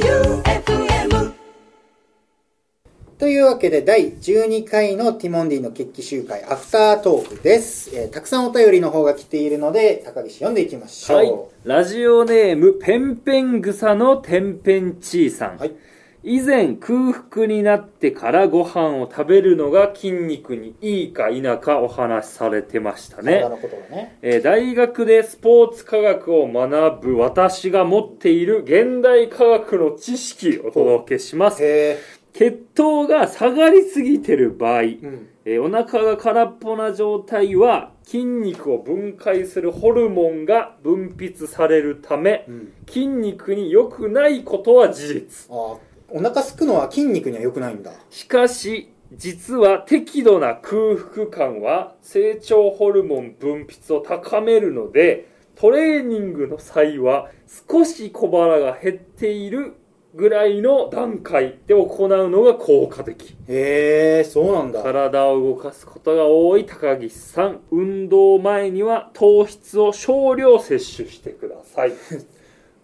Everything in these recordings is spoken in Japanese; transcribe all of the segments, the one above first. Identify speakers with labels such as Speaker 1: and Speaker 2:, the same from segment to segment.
Speaker 1: J-O-E-U-F-M
Speaker 2: というわけで第12回のティモンディの決起集会アフタートークです、えーたくさんお便りの方が来ているので高岸読んでいきましょう
Speaker 3: はい、ラジオネームペンペン草のてんぺんちーさん、
Speaker 2: はい
Speaker 3: 以前空腹になってからご飯を食べるのが筋肉にいいか否かお話しされてましたね
Speaker 2: 体のことがね
Speaker 3: えー大学でスポーツ科学を学ぶ私が持っている現代科学の知識をお届けします
Speaker 2: へ
Speaker 3: 血糖が下がりすぎてる場合、
Speaker 2: えうん
Speaker 3: えーお腹が空っぽな状態は筋肉を分解するホルモンが分泌されるため
Speaker 2: うん
Speaker 3: 筋肉に良くないことは事実
Speaker 2: あーお腹すくのは筋肉には良くないんだ
Speaker 3: しかし実は適度な空腹感は成長ホルモン分泌を高めるのでトレーニングの際は少し小腹が減っているぐらいの段階で行うのが効果的
Speaker 2: へえそうなんだ
Speaker 3: 体を動かすことが多い高岸さん運動前には糖質を少量摂取してください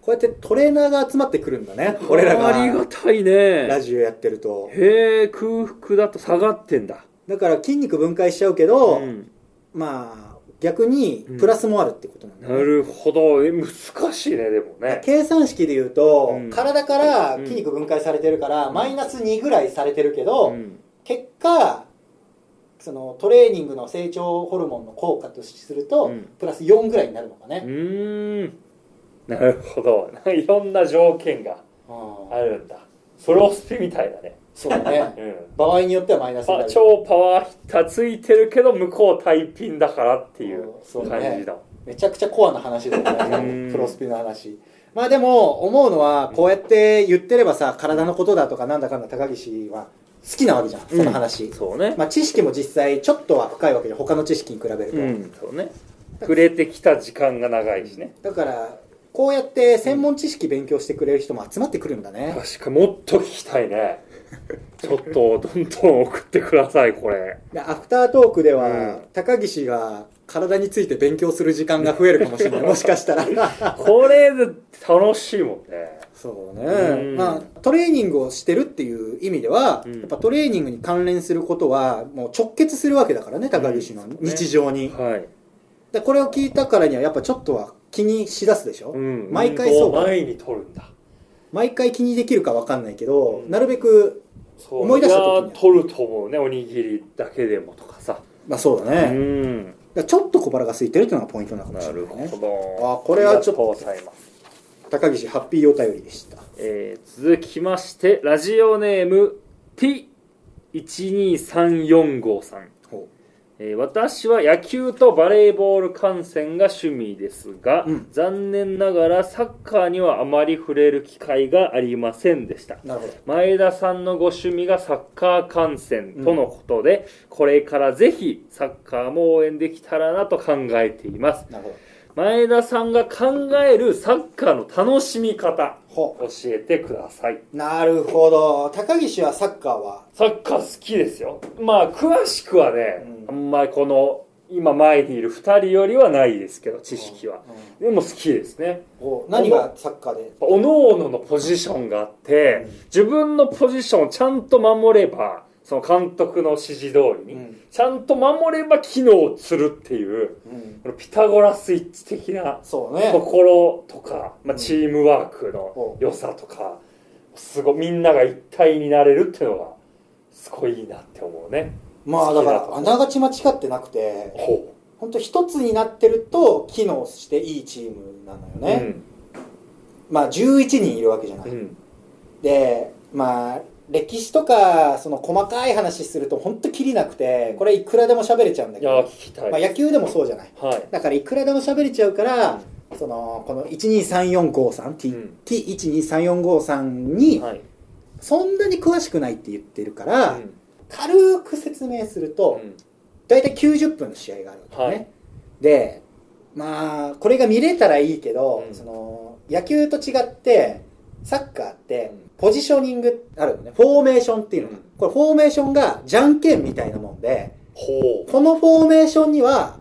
Speaker 2: こうやってトレーナーが集まってくるんだね俺ら
Speaker 3: ありが
Speaker 2: が
Speaker 3: たい
Speaker 2: ラ
Speaker 3: ね
Speaker 2: ジオやってると
Speaker 3: へえ空腹だと下がってんだ
Speaker 2: だから筋肉分解しちゃうけど、
Speaker 3: うん
Speaker 2: まあ逆にプラスもあるってことなんだ
Speaker 3: な
Speaker 2: ね、
Speaker 3: るほどえ難しいねでもね
Speaker 2: 計算式で言うと、
Speaker 3: うん
Speaker 2: 体から筋肉分解されてるから、マイナス2ぐらいされてるけど、
Speaker 3: うん
Speaker 2: 結果そのトレーニングの成長ホルモンの効果とすると、
Speaker 3: うん
Speaker 2: プラス4ぐらいになるのか
Speaker 3: う
Speaker 2: ね、
Speaker 3: ーんなるほどいろんな条件が
Speaker 2: うん
Speaker 3: あるんだフロスピみたいだね
Speaker 2: そうだね
Speaker 3: うん
Speaker 2: 場合によってはマイナスにな
Speaker 3: パ
Speaker 2: る
Speaker 3: 超パワーヒッターついてるけど向こうタイピンだからっていう
Speaker 2: そうだね
Speaker 3: 感じだ
Speaker 2: めちゃくちゃコアな話だよ
Speaker 3: うん
Speaker 2: ねプロスピの話まあでも思うのはこうやって言ってればさ体のことだとかなんだかんだ高岸は好きなわけじゃんその話、
Speaker 3: そうね
Speaker 2: まあ、知識も実際ちょっとは深いわけで他の知識に比べると、
Speaker 3: うん、そうね触れてきた時間が長いしね
Speaker 2: だからこうやって専門知識勉強してくれる人も集まってくるんだね、
Speaker 3: 確かもっと聞きたい ねちょっとどんどん送ってくださいこれ
Speaker 2: でアフタートークでは、
Speaker 3: うん
Speaker 2: 高岸が体について勉強する時間が増えるかもしれないもしかした ら
Speaker 3: これ楽しいもんね
Speaker 2: そう
Speaker 3: うん
Speaker 2: ね、まあ、トレーニングをしてるっていう意味では、
Speaker 3: うん
Speaker 2: やっぱトレーニングに関連することはもう直結するわけだからね高岸の
Speaker 3: うん
Speaker 2: 日常に、
Speaker 3: はい、
Speaker 2: でこれを聞いたからにはやっぱちょっとは気にしだすでしょ、
Speaker 3: うん、
Speaker 2: 毎回そう
Speaker 3: 運動前に取るんだ
Speaker 2: 毎回気にできるか分かんないけど、
Speaker 3: うん
Speaker 2: なるべく
Speaker 3: そう
Speaker 2: 思い出した時に
Speaker 3: いやー取ると思うねおにぎりだけでもとかさ、
Speaker 2: まあそうだね、だか
Speaker 3: ん
Speaker 2: らちょっと小腹が空いてるっていうのがポイントなのかもし
Speaker 3: な
Speaker 2: れな
Speaker 3: る
Speaker 2: いね
Speaker 3: ほど
Speaker 2: あこれはちょっと
Speaker 3: ありがうございます
Speaker 2: 高岸ハッピーお便りでした
Speaker 3: えー続きましてラジオネーム P12345 号さん
Speaker 2: ほ
Speaker 3: えー私は野球とバレーボール観戦が趣味ですが、
Speaker 2: うん
Speaker 3: 残念ながらサッカーにはあまり触れる機会がありませんでした
Speaker 2: うなるほど
Speaker 3: 前田さんのご趣味がサッカー観戦とのことで、これからぜひサッカーも応援できたらなと考えています
Speaker 2: なるほど
Speaker 3: 前田さんが考えるサッカーの楽しみ方
Speaker 2: ほ
Speaker 3: 教えてください
Speaker 2: なるほど高岸はサッカーは
Speaker 3: サッカー好きですよまあ詳しくはね、
Speaker 2: う
Speaker 3: あんまりこの今前にいる2人よりはないですけど知識は、
Speaker 2: うん
Speaker 3: でも好きですねやっ
Speaker 2: お何がサッカーで
Speaker 3: ぱ各々のポジションがあって、
Speaker 2: うん
Speaker 3: 自分のポジションをちゃんと守ればその監督の指示通りに、
Speaker 2: うん
Speaker 3: ちゃんと守れば機能するっていう
Speaker 2: うん
Speaker 3: このピタゴラスイッチ的な
Speaker 2: そうね
Speaker 3: ところとか、
Speaker 2: う
Speaker 3: まあ、
Speaker 2: ん
Speaker 3: チームワークの良さとか、すごいみんなが一体になれるっていうのがすごいいいなって思うね
Speaker 2: まあだから
Speaker 3: 好
Speaker 2: あ
Speaker 3: き
Speaker 2: ながち間違ってなくて
Speaker 3: ほ
Speaker 2: 本当一つになってると機能していいチームなのよ
Speaker 3: う
Speaker 2: ね、まあ11人いるわけじゃない、
Speaker 3: うん、うん、
Speaker 2: でまあ歴史とかその細かい話すると本当きりなくてこれいくらでも喋れちゃうんだ
Speaker 3: い
Speaker 2: け
Speaker 3: や
Speaker 2: ど、
Speaker 3: 聞きたい、
Speaker 2: まあ、野球でもそうじゃない
Speaker 3: はい
Speaker 2: だからいくらでも喋れちゃうからそのこの12345 3
Speaker 3: うん
Speaker 2: t 1 2 3 4 5 3に
Speaker 3: はい、
Speaker 2: そんなに詳しくないって言ってるから、
Speaker 3: うん
Speaker 2: 軽く説明すると、大体90分の試合があるわけね、
Speaker 3: はい
Speaker 2: でまあこれが見れたらいいけど、
Speaker 3: うん
Speaker 2: その野球と違ってサッカーって
Speaker 3: うん
Speaker 2: ポジショニングあるのねフォーメーションっていうのが、
Speaker 3: うん
Speaker 2: これフォーメーションがじゃんけんみたいなもんで
Speaker 3: ほ
Speaker 2: このフォーメーションには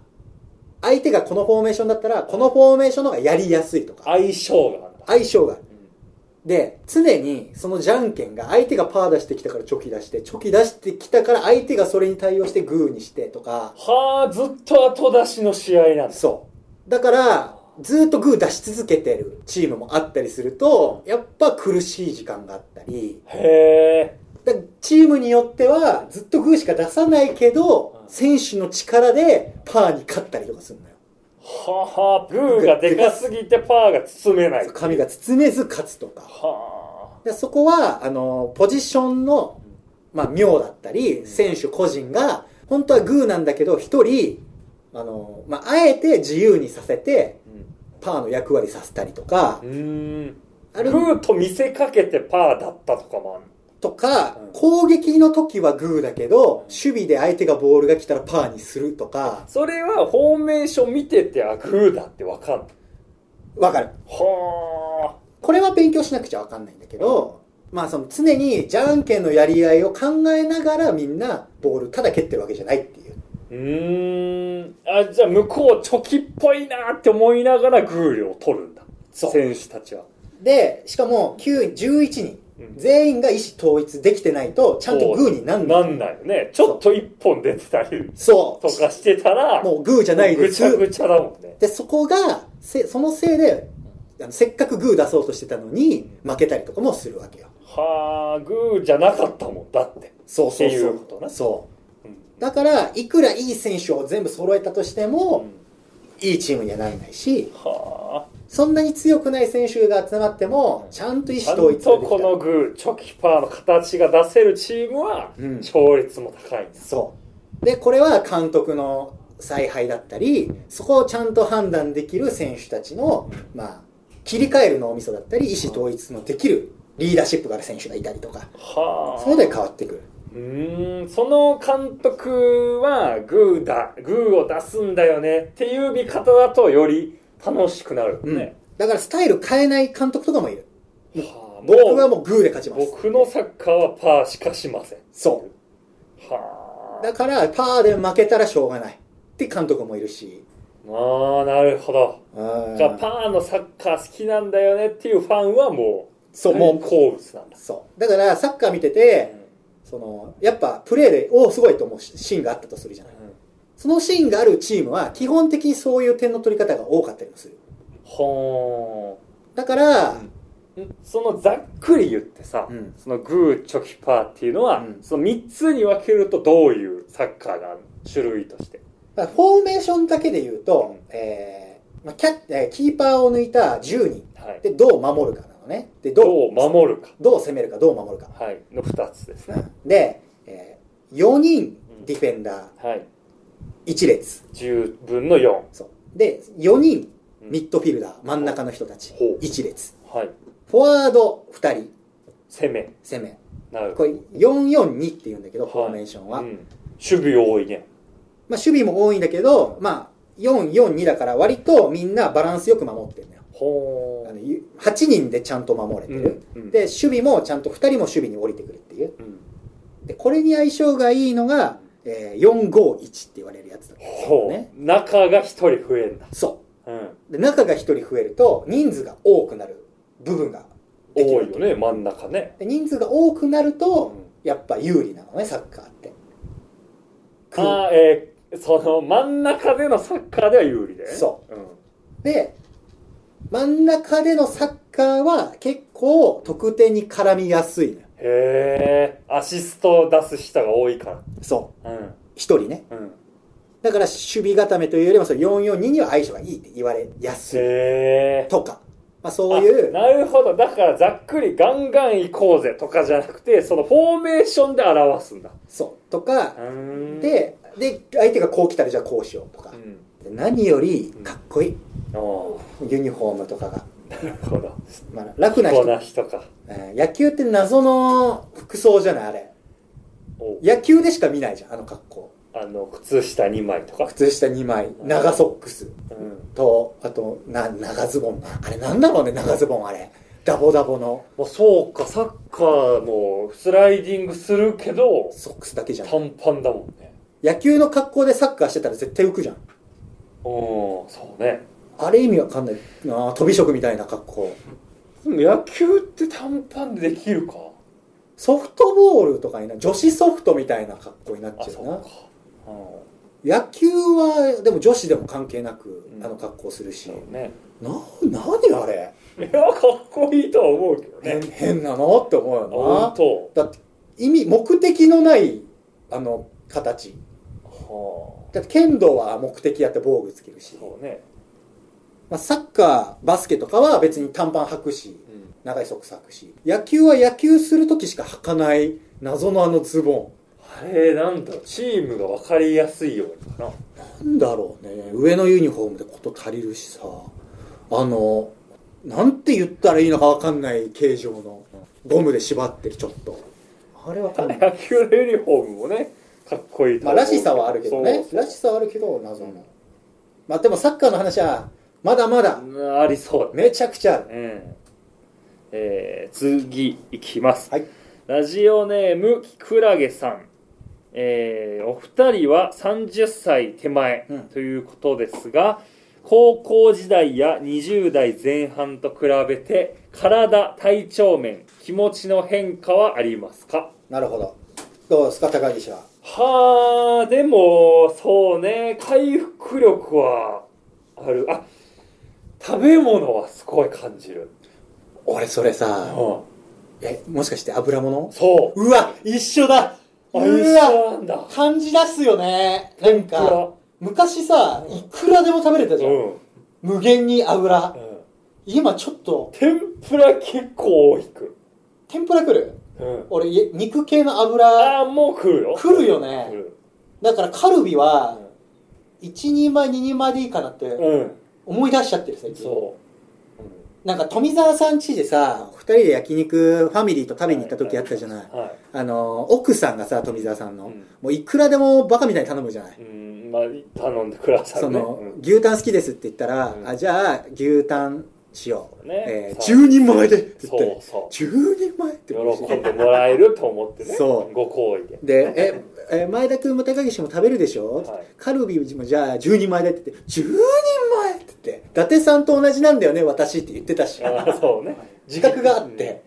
Speaker 2: 相手がこのフォーメーションだったらこのフォーメーションの方がやりやすいと
Speaker 3: う
Speaker 2: か
Speaker 3: 相性があるんだ
Speaker 2: 相性がある
Speaker 3: う
Speaker 2: で、常にそのじゃんけんが相手がパー出してきたからチョキ出して、チョキ出してきたから相手がそれに対応してグーにしてとか、
Speaker 3: はあずっと後出しの試合なんです
Speaker 2: そう。だから、ずっとグー出し続けてるチームもあったりすると、やっぱ苦しい時間があったり、
Speaker 3: へえ
Speaker 2: だからチームによってはずっとグーしか出さないけど
Speaker 3: う、ん
Speaker 2: 選手の力でパーに勝ったりとかするのよ。
Speaker 3: はあはあグーがでかすぎてパーが包めない
Speaker 2: 髪が包めず勝つとか。
Speaker 3: は
Speaker 2: でそこはあのポジションの、まあ、妙だったり選手個人が本当はグーなんだけど一人あの、まあ、あえて自由にさせて
Speaker 3: あうん
Speaker 2: パーの役割させたりとか
Speaker 3: うーん
Speaker 2: ある
Speaker 3: グーと見せかけてパーだったとかもある
Speaker 2: とか
Speaker 3: うん
Speaker 2: 攻撃の時はグーだけど守備で相手がボールが来たらパーにするとか
Speaker 3: それはフォーメーション見ててあグーだってわかんない
Speaker 2: わかる
Speaker 3: は
Speaker 2: これは勉強しなくちゃわかんないんだけど、まあその常にじゃんけんのやり合いを考えながらみんなボールただ蹴ってるわけじゃないっていう
Speaker 3: あうーんあじゃあ向こうチョキっぽいなって思いながらグー量を取るんだ
Speaker 2: そう
Speaker 3: 選手たちは
Speaker 2: で、しかも、9、11人
Speaker 3: うん、
Speaker 2: 全員が意思統一できてないと、ちゃんとグーになんな。
Speaker 3: ないんないよねちょっと一本出てたり
Speaker 2: そ
Speaker 3: とかしてたら
Speaker 2: う。もうグーじゃないで
Speaker 3: ぐちゃぐ
Speaker 2: す。
Speaker 3: ちゃだもんね
Speaker 2: で、そこが、せそのせいで、あのせっかくグー出そうとしてたのに、負けたりとかもするわけよ。
Speaker 3: はあグーじゃなかったもんだって
Speaker 2: そうそうそう。
Speaker 3: っていうことね
Speaker 2: そう。
Speaker 3: うん
Speaker 2: だから、いくらいい選手を全部揃えたとしても、いいチームにはなれないし、
Speaker 3: はあ
Speaker 2: そんなに強くない選手が集まっても、ちゃんと意
Speaker 3: ちゃ
Speaker 2: 思統
Speaker 3: ん
Speaker 2: 一が
Speaker 3: と
Speaker 2: でき
Speaker 3: こ
Speaker 2: た
Speaker 3: のグーチョキパーの形が出せるチームは
Speaker 2: うん
Speaker 3: 勝率も高いんです、
Speaker 2: そう。で、これは監督の采配だったり、そこをちゃんと判断できる選手たちの、まあ、切り替える脳みそだったり、意思統一のできるリーダーシップがある選手がいたりとか、
Speaker 3: はあ
Speaker 2: そうで変わってくる。
Speaker 3: うーんその監督はグーだグーを出すんだよねっていう見方だとより楽しくなる
Speaker 2: うん
Speaker 3: ね、
Speaker 2: だからスタイル変えない監督とかもいる。
Speaker 3: はあ
Speaker 2: 僕は
Speaker 3: も
Speaker 2: もうグーで勝ち
Speaker 3: う
Speaker 2: ます。
Speaker 3: 僕のサッカーはパーしかしません
Speaker 2: そう
Speaker 3: はあ
Speaker 2: だから、パーで負けたらしょうがない。って監督もいるし。
Speaker 3: ああなるほど
Speaker 2: うん
Speaker 3: じゃあパーのサッカー好きなんだよねっていうファンはもう
Speaker 2: そう、もう、
Speaker 3: 好物なんだ、
Speaker 2: そう。だから、サッカー見てて、その、やっぱプレーで、おお、すごいと思うシーンがあったとするじゃない。そのシーンがあるチームは基本的にそういう点の取り方が多かったりもする。
Speaker 3: ほ
Speaker 2: だから、
Speaker 3: ーんそのざっくり言ってさ、
Speaker 2: うん
Speaker 3: そのグーチョキパーっていうのは、
Speaker 2: うん
Speaker 3: その3つに分けるとどういうサッカーがあるの種類として
Speaker 2: まあフォーメーションだけで言うと、
Speaker 3: う
Speaker 2: えーまあキャッえーキーパーを抜いた10人
Speaker 3: はい
Speaker 2: でどう守るかなのね。で、どう
Speaker 3: どう守るか、
Speaker 2: どう攻めるかどう守るか。
Speaker 3: はい、の2つですね、
Speaker 2: うんで、え4人ディフェンダー
Speaker 3: はい、
Speaker 2: 1列。
Speaker 3: 10分の4
Speaker 2: そうで、4人
Speaker 3: うん
Speaker 2: ミッドフィルダー、真ん中の人たち
Speaker 3: ほう
Speaker 2: 1列。
Speaker 3: はい
Speaker 2: フォワード2人
Speaker 3: 攻め
Speaker 2: 攻め。
Speaker 3: なる
Speaker 2: これ442って言うんだけど、
Speaker 3: はい
Speaker 2: フォーメーションは。
Speaker 3: うん、守備多いね
Speaker 2: まあ、守備も多いんだけど、まあ、4-4-2だから割とみんなバランスよく守ってるのよ。
Speaker 3: ほ
Speaker 2: あ
Speaker 3: ー
Speaker 2: のゆ8人でちゃんと守れてる。
Speaker 3: うんうん
Speaker 2: で、守備もちゃんと2人も守備に降りてくるっていう。
Speaker 3: うん
Speaker 2: で、これに相性がいいのが、えー、4-5-1って言われるやつだったんですよ
Speaker 3: ほう、
Speaker 2: ね。
Speaker 3: 中が1人増えんだ、
Speaker 2: そ
Speaker 3: うん、
Speaker 2: う。で、中が1人増えると人数が多くなる部分ができる
Speaker 3: 多
Speaker 2: わ
Speaker 3: い
Speaker 2: け
Speaker 3: よね真ん中ね
Speaker 2: で人数が多くなると
Speaker 3: うん、
Speaker 2: やっぱ有利なのね、サッカーって。
Speaker 3: あーえーその真ん中でのサッカーでは有利だよね、
Speaker 2: そう
Speaker 3: ん、
Speaker 2: で、真ん中でのサッカーは結構得点に絡みやすいのよ。
Speaker 3: へえアシストを出す人が多いか
Speaker 2: そう。
Speaker 3: らうん
Speaker 2: 一人ね。
Speaker 3: うん
Speaker 2: だから守備固めというよりもその442には相性がいいって言われやすい。
Speaker 3: へえ
Speaker 2: とか。まあそういう、
Speaker 3: なるほどだからざっくりガンガン行こうぜとかじゃなくてそのフォーメーションで表すんだ
Speaker 2: そう。とか
Speaker 3: う、ーん、
Speaker 2: で、で、相手がこう来たらじゃあこうしようとか
Speaker 3: う。ん、
Speaker 2: で何よりかっこいい。
Speaker 3: ああ
Speaker 2: ユニフォームとかが。
Speaker 3: なるほど
Speaker 2: まあ楽な
Speaker 3: こ
Speaker 2: 人
Speaker 3: ん。な人か
Speaker 2: うん野球って謎の服装じゃないあれ。
Speaker 3: おう
Speaker 2: 野球でしか見ないじゃん、あの格好。
Speaker 3: あの靴下2枚とか、
Speaker 2: 靴下2枚、長ソックス。
Speaker 3: うん、
Speaker 2: と、あと、な、長ズボン。あれなんだろうね、長ズボンあれ。ダボダボの
Speaker 3: まあそうかサッカーもスライディングするけど
Speaker 2: ソックスだけじゃん。
Speaker 3: 短パンだもんね
Speaker 2: 野球の格好でサッカーしてたら絶対浮くじゃん。
Speaker 3: うんそうね
Speaker 2: あれ意味わかんないなあ飛び職みたいな格好。
Speaker 3: でも野球って短パンでできるか
Speaker 2: ソフトボールとかにな女子ソフトみたいな格好になっ
Speaker 3: あ
Speaker 2: ちゃ
Speaker 3: そうう
Speaker 2: な
Speaker 3: かうん
Speaker 2: 野球はでも女子でも関係なく、
Speaker 3: うん
Speaker 2: あの格好するし
Speaker 3: そうね
Speaker 2: な何あれ
Speaker 3: いやかっこいいとは思うけどね
Speaker 2: 変変なのって思う
Speaker 3: あ
Speaker 2: よ
Speaker 3: 本当
Speaker 2: なだって意味目的のないあの形
Speaker 3: は
Speaker 2: だって剣道は目的やって防具つける
Speaker 3: あ
Speaker 2: し、
Speaker 3: そうね
Speaker 2: まあ、サッカーバスケとかは別に短パン履くし
Speaker 3: うん
Speaker 2: 長いソックス履くし野球は野球する時しか履かない謎のあのズボ
Speaker 3: あれなんだろうチームが分かりやすいようにかな
Speaker 2: ンなんだろうね上のユニフォームでこと足りるしさあのなんて言ったらいいのか分かんない形状のゴムで縛ってるちょっとあれわかんない
Speaker 3: 野球のユニフォームもねかっこいいと
Speaker 2: ま
Speaker 3: 思
Speaker 2: あ、
Speaker 3: う
Speaker 2: らしさはあるけどね
Speaker 3: そうそう
Speaker 2: らしさはあるけど謎の、まあでもサッカーの話はまだまだ
Speaker 3: うんありそうだね
Speaker 2: めちゃくちゃある
Speaker 3: うんえー次いきます、
Speaker 2: はい
Speaker 3: ラジオネームきくらげさんえーお二人は30歳手前
Speaker 2: うん
Speaker 3: ということですが、高校時代や20代前半と比べて体体調面気持ちの変化はありますか
Speaker 2: なるほどどうですか高岸は
Speaker 3: はあでもそうね回復力はあるあ食べ物はすごい感じる、
Speaker 2: 俺それ
Speaker 3: う
Speaker 2: さえもしかして油物
Speaker 3: そう
Speaker 2: うわ一緒だう
Speaker 3: あ一
Speaker 2: わ
Speaker 3: 緒なんだ
Speaker 2: 感じ出すよねなん
Speaker 3: う
Speaker 2: か
Speaker 3: わ
Speaker 2: 昔さいくらでも食べれた
Speaker 3: う
Speaker 2: じゃん、
Speaker 3: ん、うん、
Speaker 2: 無限に油今ちょっと
Speaker 3: 天ぷら結構多いく、
Speaker 2: 天ぷら来る
Speaker 3: うん、
Speaker 2: 俺い肉系の油
Speaker 3: ああもう来るよ
Speaker 2: 来るよね
Speaker 3: 来る
Speaker 2: だからカルビは12枚2人前でいいかなって、
Speaker 3: うん、
Speaker 2: 思い出しちゃってる最近
Speaker 3: そう、う
Speaker 2: なんか富澤さん家でさ2人で焼肉ファミリーと食べに行った時あったじゃない、
Speaker 3: ん、はい
Speaker 2: あの奥さんがさ富澤さんの、
Speaker 3: うん
Speaker 2: もういくらでもバカみたいに頼むじゃない、
Speaker 3: うんまあ頼んでください
Speaker 2: そ
Speaker 3: ね
Speaker 2: の、
Speaker 3: うん
Speaker 2: 牛タン好きですって言ったら、
Speaker 3: うん
Speaker 2: あじゃあ牛タンしよう、
Speaker 3: ね
Speaker 2: えー
Speaker 3: そう
Speaker 2: 10人前でって言っ
Speaker 3: そう
Speaker 2: て
Speaker 3: そう
Speaker 2: 10人前って
Speaker 3: 喜んでもらえると思ってね
Speaker 2: そう
Speaker 3: ご好意で
Speaker 2: でええ前田君も高岸も食べるでしょ、
Speaker 3: はい
Speaker 2: カルビもじゃあ10人前でって言って10人前って言って伊達さんと同じなんだよね私って言ってたし
Speaker 3: あーそうね
Speaker 2: 自覚があって、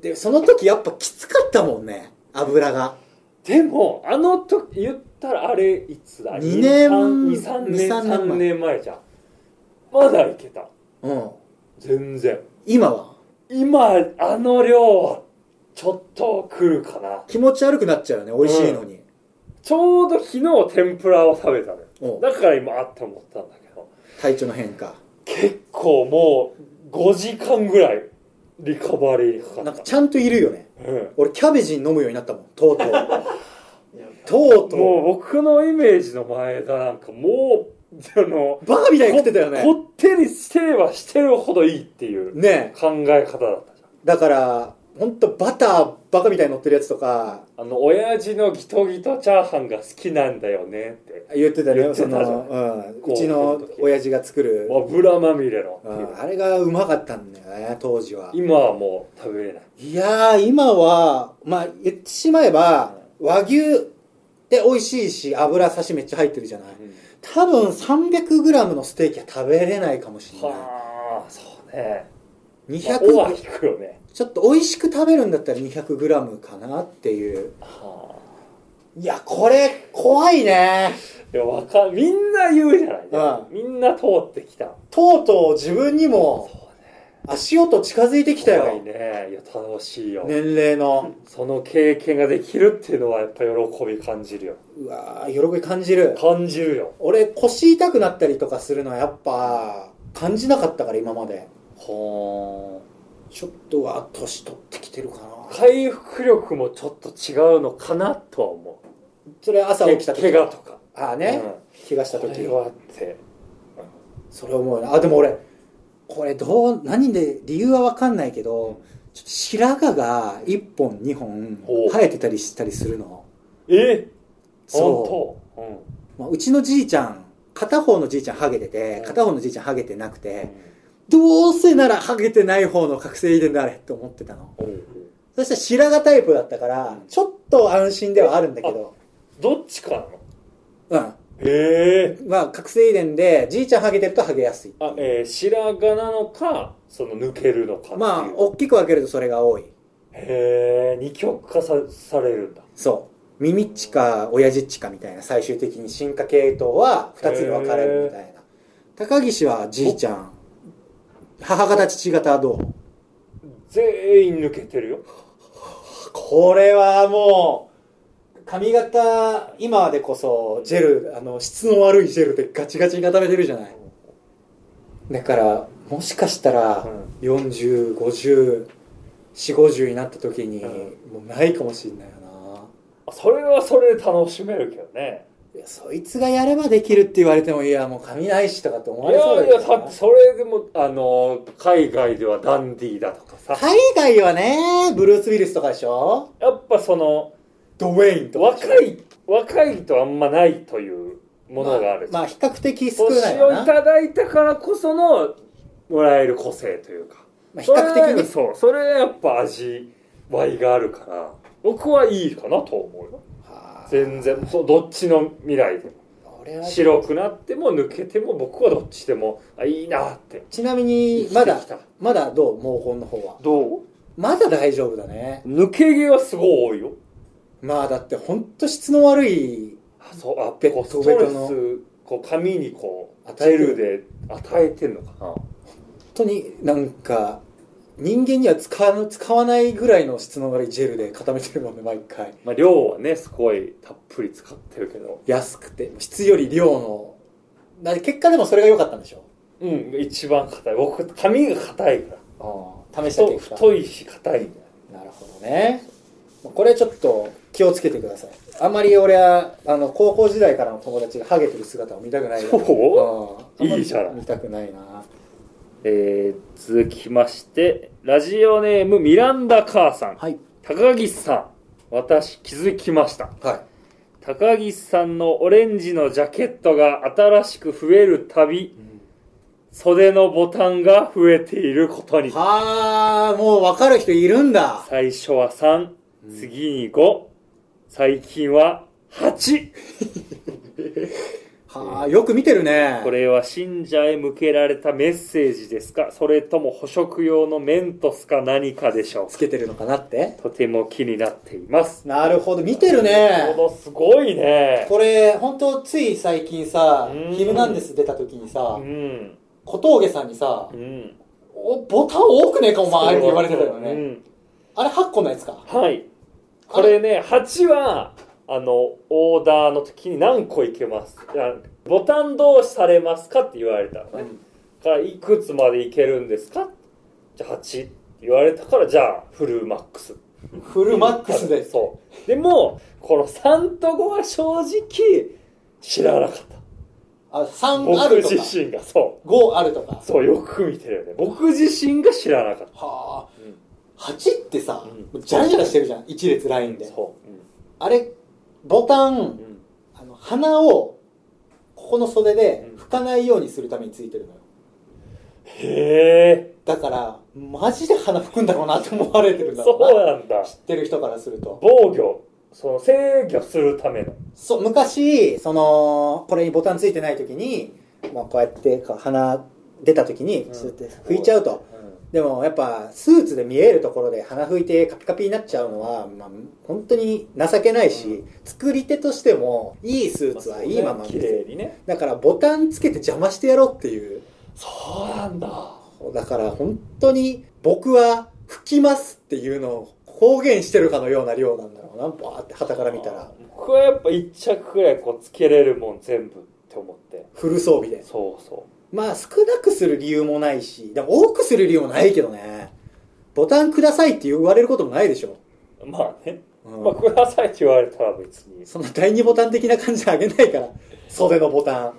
Speaker 2: でその時やっぱきつかったもんね油が
Speaker 3: でもあの時言ったらあれいつだ
Speaker 2: 二年
Speaker 3: 23
Speaker 2: 二
Speaker 3: 年
Speaker 2: 三年前
Speaker 3: 3年前じゃんまだいけた
Speaker 2: うん
Speaker 3: 全然
Speaker 2: 今は
Speaker 3: 今あの量はちょっと来るかな
Speaker 2: 気持ち悪くなっちゃうよね美味しいのに、
Speaker 3: ちょうど昨日天ぷらを食べたの
Speaker 2: お
Speaker 3: よだから今あって思ったんだけど
Speaker 2: 体調の変化
Speaker 3: 結構もう5時間ぐらいリカバリーにかか
Speaker 2: なん
Speaker 3: っ
Speaker 2: か
Speaker 3: た
Speaker 2: ちゃんといるよね
Speaker 3: うん
Speaker 2: 俺キャベジン飲むようになったもんとう とうとう
Speaker 3: も
Speaker 2: と
Speaker 3: う僕のイメージの前田なんかもうあの
Speaker 2: うバカみたいに食ってたよね
Speaker 3: ここってりしてればしてるほどいいっていう
Speaker 2: ねえ
Speaker 3: 考え方だったじ
Speaker 2: だから本当バターバカみたいに乗ってるやつとか
Speaker 3: ゃんあの親父のギトギトチャーハンが好きなんだよねって
Speaker 2: 言ってたね
Speaker 3: 言っ
Speaker 2: そ
Speaker 3: てたじゃん
Speaker 2: の、うん、
Speaker 3: 高校の時
Speaker 2: うちの親父が作る、
Speaker 3: 油まみれのって
Speaker 2: う
Speaker 3: いうん
Speaker 2: あれがうまかったんだよね当時は
Speaker 3: 今はもう食べれない
Speaker 2: いやー今はまあ言ってしまえば和牛って美味しいし油刺しめっちゃ入ってるじゃない多分 300g のステーキは食べれないかもしれな
Speaker 3: はあそうね
Speaker 2: い
Speaker 3: まあ尾は
Speaker 2: 200
Speaker 3: 引くよね
Speaker 2: ちょっと美味しく食べるんだったら 200g かなっていう
Speaker 3: はい
Speaker 2: やこれ怖いね
Speaker 3: あいやわかみんな言うじゃない、
Speaker 2: うん
Speaker 3: みんな通ってきた
Speaker 2: とうとう自分に
Speaker 3: そう
Speaker 2: も
Speaker 3: ね
Speaker 2: 足音近づいてきた
Speaker 3: 怖い
Speaker 2: よ
Speaker 3: ねいや楽しいよ、
Speaker 2: 年齢の
Speaker 3: その経験ができるっていうのはやっぱ喜び感じるよ
Speaker 2: うわー喜び感じる
Speaker 3: 感じるよ
Speaker 2: 俺腰痛くなったりとかするのはやっぱ感じなかったから今まで
Speaker 3: ほ
Speaker 2: ちょっとは年取ってきてるかな
Speaker 3: 回復力もちょっと違うのかなとは思う
Speaker 2: それ朝起きた時
Speaker 3: け怪我とか
Speaker 2: ああね、怪我した
Speaker 3: うん、そ
Speaker 2: 時
Speaker 3: れはあって
Speaker 2: それ思うなあでも俺これどう何で理由は分かんないけどちょっと白髪が1本2本
Speaker 3: おう
Speaker 2: 生えてたりしたりするの
Speaker 3: え
Speaker 2: そ
Speaker 3: 本当うん
Speaker 2: う、まあ、うちのじいちゃん片方のじいちゃんハゲてて
Speaker 3: うん
Speaker 2: 片方のじいちゃんハゲてなくてどうせならハゲてない方の覚醒遺伝であれって思ってたの
Speaker 3: うん
Speaker 2: そしたら白髪タイプだったからちょっと安心ではあるんだけど
Speaker 3: どっちかなの
Speaker 2: うん
Speaker 3: えへえ
Speaker 2: まあ、覚醒遺伝で、じいちゃんハゲてるとハゲやすい。
Speaker 3: あえー、白髪なのかその抜けるのかっていう、
Speaker 2: まあ、大きく分けるとそれが多い。
Speaker 3: へえ二極化さされるんだ
Speaker 2: そう。耳っちか、親父っちかみたいな、最終的に進化系統は二つに分かれるみたいな。高岸はじいちゃん。母方父方はどう
Speaker 3: 全員抜けてるよ
Speaker 2: これはもう、髪型、今でこそ、ジェル、あの、質の悪いジェルでガチガチに固めてるじゃない。だから、もしかしたら、40、50、4、50になった時に、
Speaker 3: う
Speaker 2: もうないかもしんないよな。
Speaker 3: それはそれで楽しめるけどね
Speaker 2: いや、そいつがやればできるって言われても、いや、もう髪ないしとかって思わ
Speaker 3: い
Speaker 2: れそう
Speaker 3: や
Speaker 2: だ
Speaker 3: い
Speaker 2: け
Speaker 3: や
Speaker 2: ど
Speaker 3: さ
Speaker 2: な
Speaker 3: それでもあの海外ではダンディーだとかさ
Speaker 2: 海外はね、ブルース・ウィリスとかでしょ
Speaker 3: やっぱその
Speaker 2: ドウェインとかでしょ。
Speaker 3: 若い若いとあんまないというものがある、
Speaker 2: まあ、まあ比較的少ない
Speaker 3: 年
Speaker 2: か
Speaker 3: を。
Speaker 2: ない
Speaker 3: ただいたからこそのもらえる個性というか
Speaker 2: まあ、比較的
Speaker 3: それ
Speaker 2: ね。
Speaker 3: そうそれやっぱ味わいがあるから僕はいいかなと思うよ
Speaker 2: あー
Speaker 3: 全然そうどっちの未来でも
Speaker 2: 俺は
Speaker 3: 白くなっても抜けても僕はどっちでもあいいなって
Speaker 2: ちなみにまだ
Speaker 3: 生きてきた
Speaker 2: まだどう毛根の方は
Speaker 3: どう
Speaker 2: まだ大丈夫だね
Speaker 3: 抜け毛はすごい多いよ
Speaker 2: まあだってほんと質の悪い
Speaker 3: あそうあ
Speaker 2: ベ
Speaker 3: ベ
Speaker 2: ッド
Speaker 3: ストレ
Speaker 2: ベッドの
Speaker 3: スこう髪にこうジ
Speaker 2: 与えて
Speaker 3: ェ
Speaker 2: る
Speaker 3: ルで与えてんのかな
Speaker 2: 本当になんか人間には使わ使わないぐらいの質の悪いジェルで固めてるもんね毎回
Speaker 3: まあ量はねすごいたっぷり使ってるけど
Speaker 2: 安くて質より量のだ結果でもそれが良かったんでしょ
Speaker 3: うん一番硬い僕髪が硬いから
Speaker 2: あ試した
Speaker 3: 太
Speaker 2: 結果
Speaker 3: 太いし硬いんだよ
Speaker 2: なるほどねまあこれちょっと気をつけてくださいあんまり俺はあの高校時代からの友達がハゲてる姿を見たくないから
Speaker 3: そう
Speaker 2: うんあまり
Speaker 3: いいじゃん
Speaker 2: 見たくないな
Speaker 3: えー、続きましてラジオネームミランダ母さん
Speaker 2: はい
Speaker 3: 高岸さん私気づきました
Speaker 2: はい
Speaker 3: 高岸さんのオレンジのジャケットが新しく増えるたび袖のボタンが増えていることに
Speaker 2: はあ、もう分かる人いるんだ。
Speaker 3: 最初は3次に5最近は8
Speaker 2: はあ、よく見てるね。
Speaker 3: こ。れは信者へ向けられたメッセージですかそれとも捕食用のメントスか何かでしょう
Speaker 2: つ
Speaker 3: か
Speaker 2: けてるのかなって
Speaker 3: とても気になっています
Speaker 2: なるほど、見てる
Speaker 3: なる
Speaker 2: ね。
Speaker 3: ほどすごいね
Speaker 2: これ、本当つい最近さ
Speaker 3: う、ん
Speaker 2: ヒルナンデス出た時にさ
Speaker 3: う、ん
Speaker 2: 小峠さんにさ
Speaker 3: う、ん
Speaker 2: お、ボタン多くねえか、お前って言われてたよ
Speaker 3: う
Speaker 2: ね。
Speaker 3: ん
Speaker 2: あれ8個のやつか。
Speaker 3: はいこれね8はあのオーダーの時に何個いけますいやボタンどうされますかって言われたのね、からいくつまでいけるんですかじゃあ8って言われたからじゃあフルマックス
Speaker 2: フルマックスで。
Speaker 3: そうでもこの3と5は正直知らなかった
Speaker 2: あ、3あ
Speaker 3: 僕
Speaker 2: ると
Speaker 3: 自
Speaker 2: か、
Speaker 3: 身がそう
Speaker 2: 5あるとか。
Speaker 3: そうよく見てるよね僕自身が知らなかった
Speaker 2: は
Speaker 3: うん
Speaker 2: あ、8ってさ
Speaker 3: うん、
Speaker 2: もうジャラジャラしてるじゃん、1列ラインで。
Speaker 3: そう、
Speaker 2: あれ、ボタン
Speaker 3: う、ん
Speaker 2: あの鼻をここの袖で
Speaker 3: うん
Speaker 2: 拭かないようにするためについてるのよ
Speaker 3: へえ
Speaker 2: だからマジで鼻拭くんだろうなって思われてるんだろ
Speaker 3: そう
Speaker 2: う
Speaker 3: なんだ
Speaker 2: な知ってる人からすると
Speaker 3: 防御その制御するための
Speaker 2: そう昔そのこれにボタンついてない時に、まあ、こうやってこう鼻出た時に
Speaker 3: うん
Speaker 2: そうやって拭いちゃうと、でもやっぱスーツで見えるところで鼻拭いてカピカピになっちゃうのは、まあ、本当に情けないし、
Speaker 3: う
Speaker 2: 作り手としてもいいスー
Speaker 3: まあ
Speaker 2: ツ
Speaker 3: そう
Speaker 2: は
Speaker 3: ね
Speaker 2: いいまま見せ
Speaker 3: 綺
Speaker 2: る
Speaker 3: 麗にね
Speaker 2: だからボタンつけて邪魔してやろうっていう
Speaker 3: そうなんだ
Speaker 2: だから本当に僕は吹きますっていうのを公言してるかのような量なんだろうなバーって旗から見たら
Speaker 3: 僕はやっぱ1着くらいこうつけれるもん全部って思って
Speaker 2: フル装備で
Speaker 3: そうそ
Speaker 2: まあ少なくする理由もないしでも多くする理由もないけどねボタンくださいって言われることもないでしょ、
Speaker 3: うまあね、
Speaker 2: うん
Speaker 3: まあくださいって言われたら別に
Speaker 2: そんな第二ボタン的な感じであげないから袖のボタン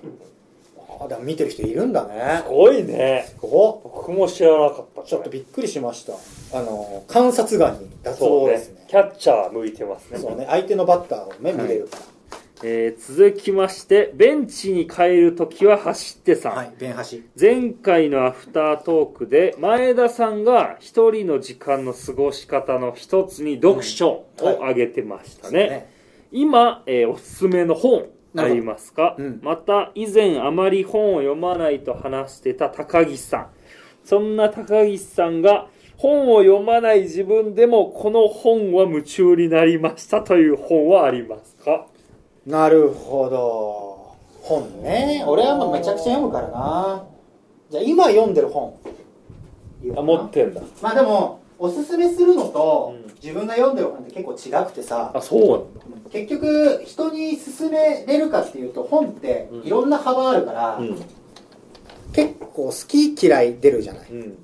Speaker 2: あでも見てる人いるんだね
Speaker 3: すごいね
Speaker 2: ここ
Speaker 3: 僕も知らなかった
Speaker 2: ちょっとびっくりしましたあの観察眼に脱
Speaker 3: そ
Speaker 2: 帽
Speaker 3: う
Speaker 2: で
Speaker 3: ですす
Speaker 2: ね
Speaker 3: ねキャッチャー向いてますね
Speaker 2: そうね相手のバッターをね
Speaker 3: はい
Speaker 2: 見れるか
Speaker 3: えー続きましてベンチに帰るときは走ってさ
Speaker 2: ら
Speaker 3: ん、
Speaker 2: はい弁端
Speaker 3: 前回のアフタートークで前田さんが一人の時間の過ごし方の一つに読書を
Speaker 2: うんはい
Speaker 3: 挙げてましたね、今、えーおすすめの本
Speaker 2: な
Speaker 3: あ
Speaker 2: るほど
Speaker 3: りますか、
Speaker 2: うん
Speaker 3: また以前あまり本を読まないと話してた高岸さんそんな高岸さんが本を読まない自分でもこの本は夢中になりましたという本はありますか
Speaker 2: なるほど本ね俺はもうめちゃくちゃ読むからなじゃあ今読んでる本言おう
Speaker 3: あ
Speaker 2: かな
Speaker 3: 持ってんだ
Speaker 2: まあでもおすすめするのと、
Speaker 3: うん
Speaker 2: 自分が読んでる本って結構違くてさ
Speaker 3: あそう
Speaker 2: 結局人に勧めれるかっていうと本って
Speaker 3: うん
Speaker 2: いろんな幅あるから、
Speaker 3: なんだ
Speaker 2: 結構好き嫌い出るじゃない
Speaker 3: うん、うん、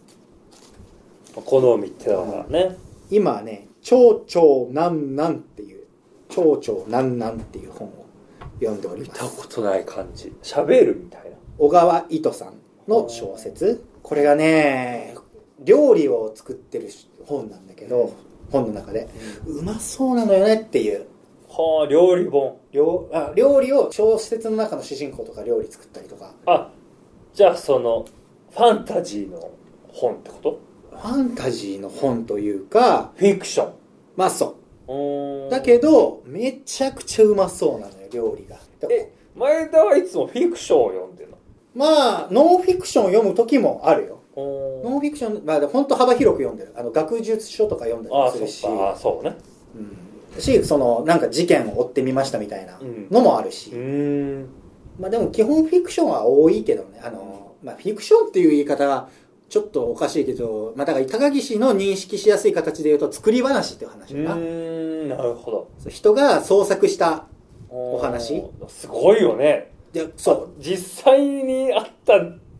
Speaker 3: 好みってだからね、
Speaker 2: 今はね「蝶々なんなん」っていう「蝶々なんなん」っていう本を読んでおり
Speaker 3: 見
Speaker 2: ま
Speaker 3: た
Speaker 2: す
Speaker 3: ことない感じ喋るみたいな
Speaker 2: 小川糸さんの小説これがね料理を作ってる本なんだけど本の中でうまそうなのよねっていう
Speaker 3: はあ料理本
Speaker 2: 料あ料理を小説の中の主人公とか料理作ったりとか
Speaker 3: あじゃあそのファンタジーの本ってこと
Speaker 2: ファンタジーの本というか
Speaker 3: フィクション
Speaker 2: まあそう
Speaker 3: ーん
Speaker 2: うだけどめちゃくちゃうまそうなのよ料理がだから
Speaker 3: え前田はいつもフィクションを読んでるの
Speaker 2: まあノンフィクションを読む時もあるよ
Speaker 3: お
Speaker 2: ノンフィクションまあ本当幅広く読んでるあの学術書とか読んだり
Speaker 3: ああ
Speaker 2: もす
Speaker 3: そ
Speaker 2: るし
Speaker 3: っかあそうね
Speaker 2: うんしそのなんか事件を追ってみましたみたいな
Speaker 3: うん
Speaker 2: のもあるし、
Speaker 3: うーん
Speaker 2: まあでも基本フィクションは多いけどねあの、まあ、フィクションっていう言い方はちょっとおかしいけど、まあ、だから高岸の認識しやすい形で言うと作り話っていう話
Speaker 3: う
Speaker 2: だな、
Speaker 3: ーんなるほど
Speaker 2: そう人が創作した
Speaker 3: お
Speaker 2: お話
Speaker 3: すごいよね
Speaker 2: でそ
Speaker 3: 実際にあった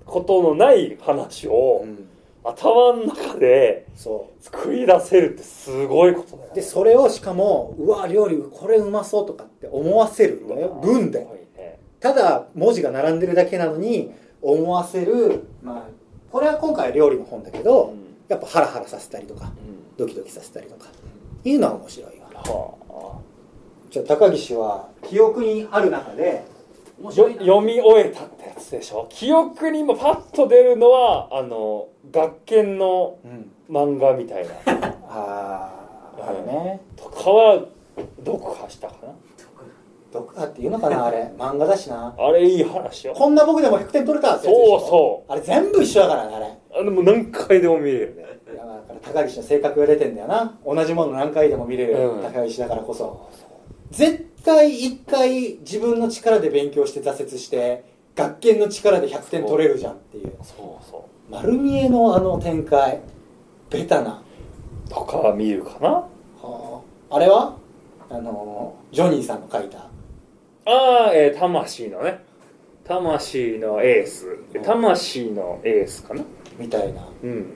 Speaker 3: ことのない話
Speaker 2: う、
Speaker 3: を
Speaker 2: うん
Speaker 3: 頭の中で
Speaker 2: そ
Speaker 3: 作り出せるってすごいことだよ
Speaker 2: う
Speaker 3: ね
Speaker 2: でそれをしかもうわ料理これうまそうとかって思わせるんだよ文です
Speaker 3: ごいね
Speaker 2: ただ文字が並んでるだけなのに思わせる、まあ、これは今回は料理の本だけ
Speaker 3: う
Speaker 2: ど、
Speaker 3: ん
Speaker 2: やっぱハラハラさせたりとか
Speaker 3: うん
Speaker 2: ドキドキさせたりとかいうのは面白いよ
Speaker 3: は
Speaker 2: じゃあ高岸は記憶にある中で
Speaker 3: あ
Speaker 2: 面
Speaker 3: よ
Speaker 2: 白いな
Speaker 3: 読み終えたってやつでしょ記憶に今パッと出るのはあの学研の
Speaker 2: うん、
Speaker 3: 漫画みたいな
Speaker 2: あ
Speaker 3: うん
Speaker 2: ああれね
Speaker 3: とかはどこかしたかな
Speaker 2: 毒あっていうのかなあれ漫画だしな
Speaker 3: あれいい話よ
Speaker 2: こんな僕でも100点取れたってやつでしょ
Speaker 3: そうそう
Speaker 2: あれ全部一緒だからねあれ
Speaker 3: あでも何回でも見れるね
Speaker 2: いやだから高岸の性格が出てんだよな同じもの何回でも見れる
Speaker 3: うん
Speaker 2: 高岸だからこそ、絶対一回自分の力で勉強して挫折して学研の力で100点取れるじゃんっていう
Speaker 3: そうそ
Speaker 2: 丸見えのあの展開ベタな
Speaker 3: うとかは見るかな
Speaker 2: はああれはあのジョニーさんの書いた
Speaker 3: ああ、えー魂のね魂のエース魂のエースかな
Speaker 2: みたいな
Speaker 3: うん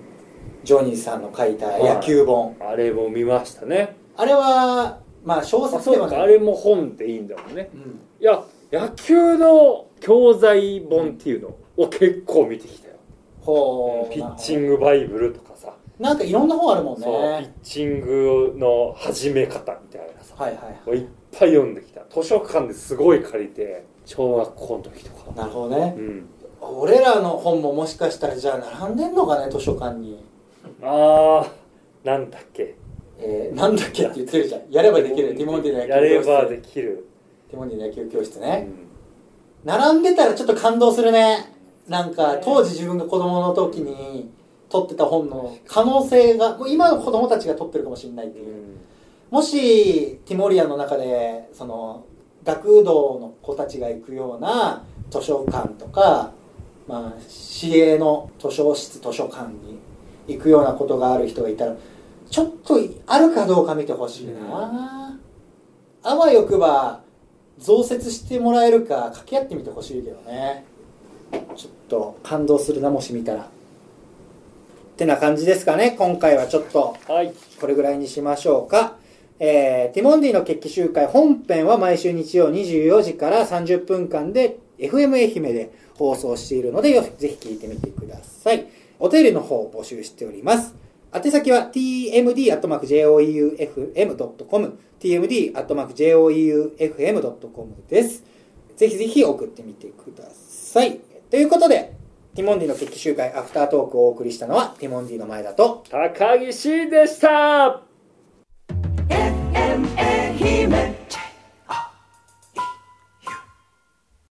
Speaker 2: ジョニーさんの書いた野球本、
Speaker 3: あれも見ましたね
Speaker 2: あれはまあ小
Speaker 3: あ
Speaker 2: 説で
Speaker 3: そ
Speaker 2: は
Speaker 3: う
Speaker 2: ない
Speaker 3: かあれも本っていいんだもんね
Speaker 2: うん
Speaker 3: いや野球の教材本っていうのを結構見てきたよ、
Speaker 2: ほう
Speaker 3: ピッチ
Speaker 2: グ
Speaker 3: ングバイブルとかさ
Speaker 2: なんかいろんな本あるもんね
Speaker 3: そうピッチングの始め方みたいなさ、
Speaker 2: はいはい
Speaker 3: い、っぱい読んできた図書館ですごい借りて小学校の時とか
Speaker 2: なるほどね
Speaker 3: うん
Speaker 2: 俺らの本ももしかしたらじゃあ並んでんのかね図書館に、
Speaker 3: あーなんだっけ
Speaker 2: えー、なんだっけって言ってるじゃんやればできるティモンディの野球
Speaker 3: やれ
Speaker 2: 教室
Speaker 3: ばできる、
Speaker 2: ティモンディの野球教室ね、
Speaker 3: うん
Speaker 2: 並んでたらちょっと感動するねなんか当時自分が子供の時に撮ってた本の可能性がもう今の子供たちが撮ってるかもしれないっていうもしティモリアの中でその学童の子たちが行くような図書館とか、まあ、市営の図書室図書館に行くようなことがある人がいたらちょっとあるかどうか見てほしいな、あわよくば増設してもらえるか掛け合ってみてほしいけどねちょっと感動するなもし見たらってな感じですかね今回はちょっと
Speaker 3: はい
Speaker 2: これぐらいにしましょうか。えーティモンディの決起集会本編は毎週日曜24時から30分間で FM 愛媛で放送しているのでよぜひ聞いてみてください。お便りの方を募集しております。宛先は tmd.joeufm.com tmd.joeufm.com です。ぜひぜひ送ってみてください。ということで、ティモンディの決起集会アフタートークをお送りしたのはティモンディの前だと
Speaker 3: 高岸でした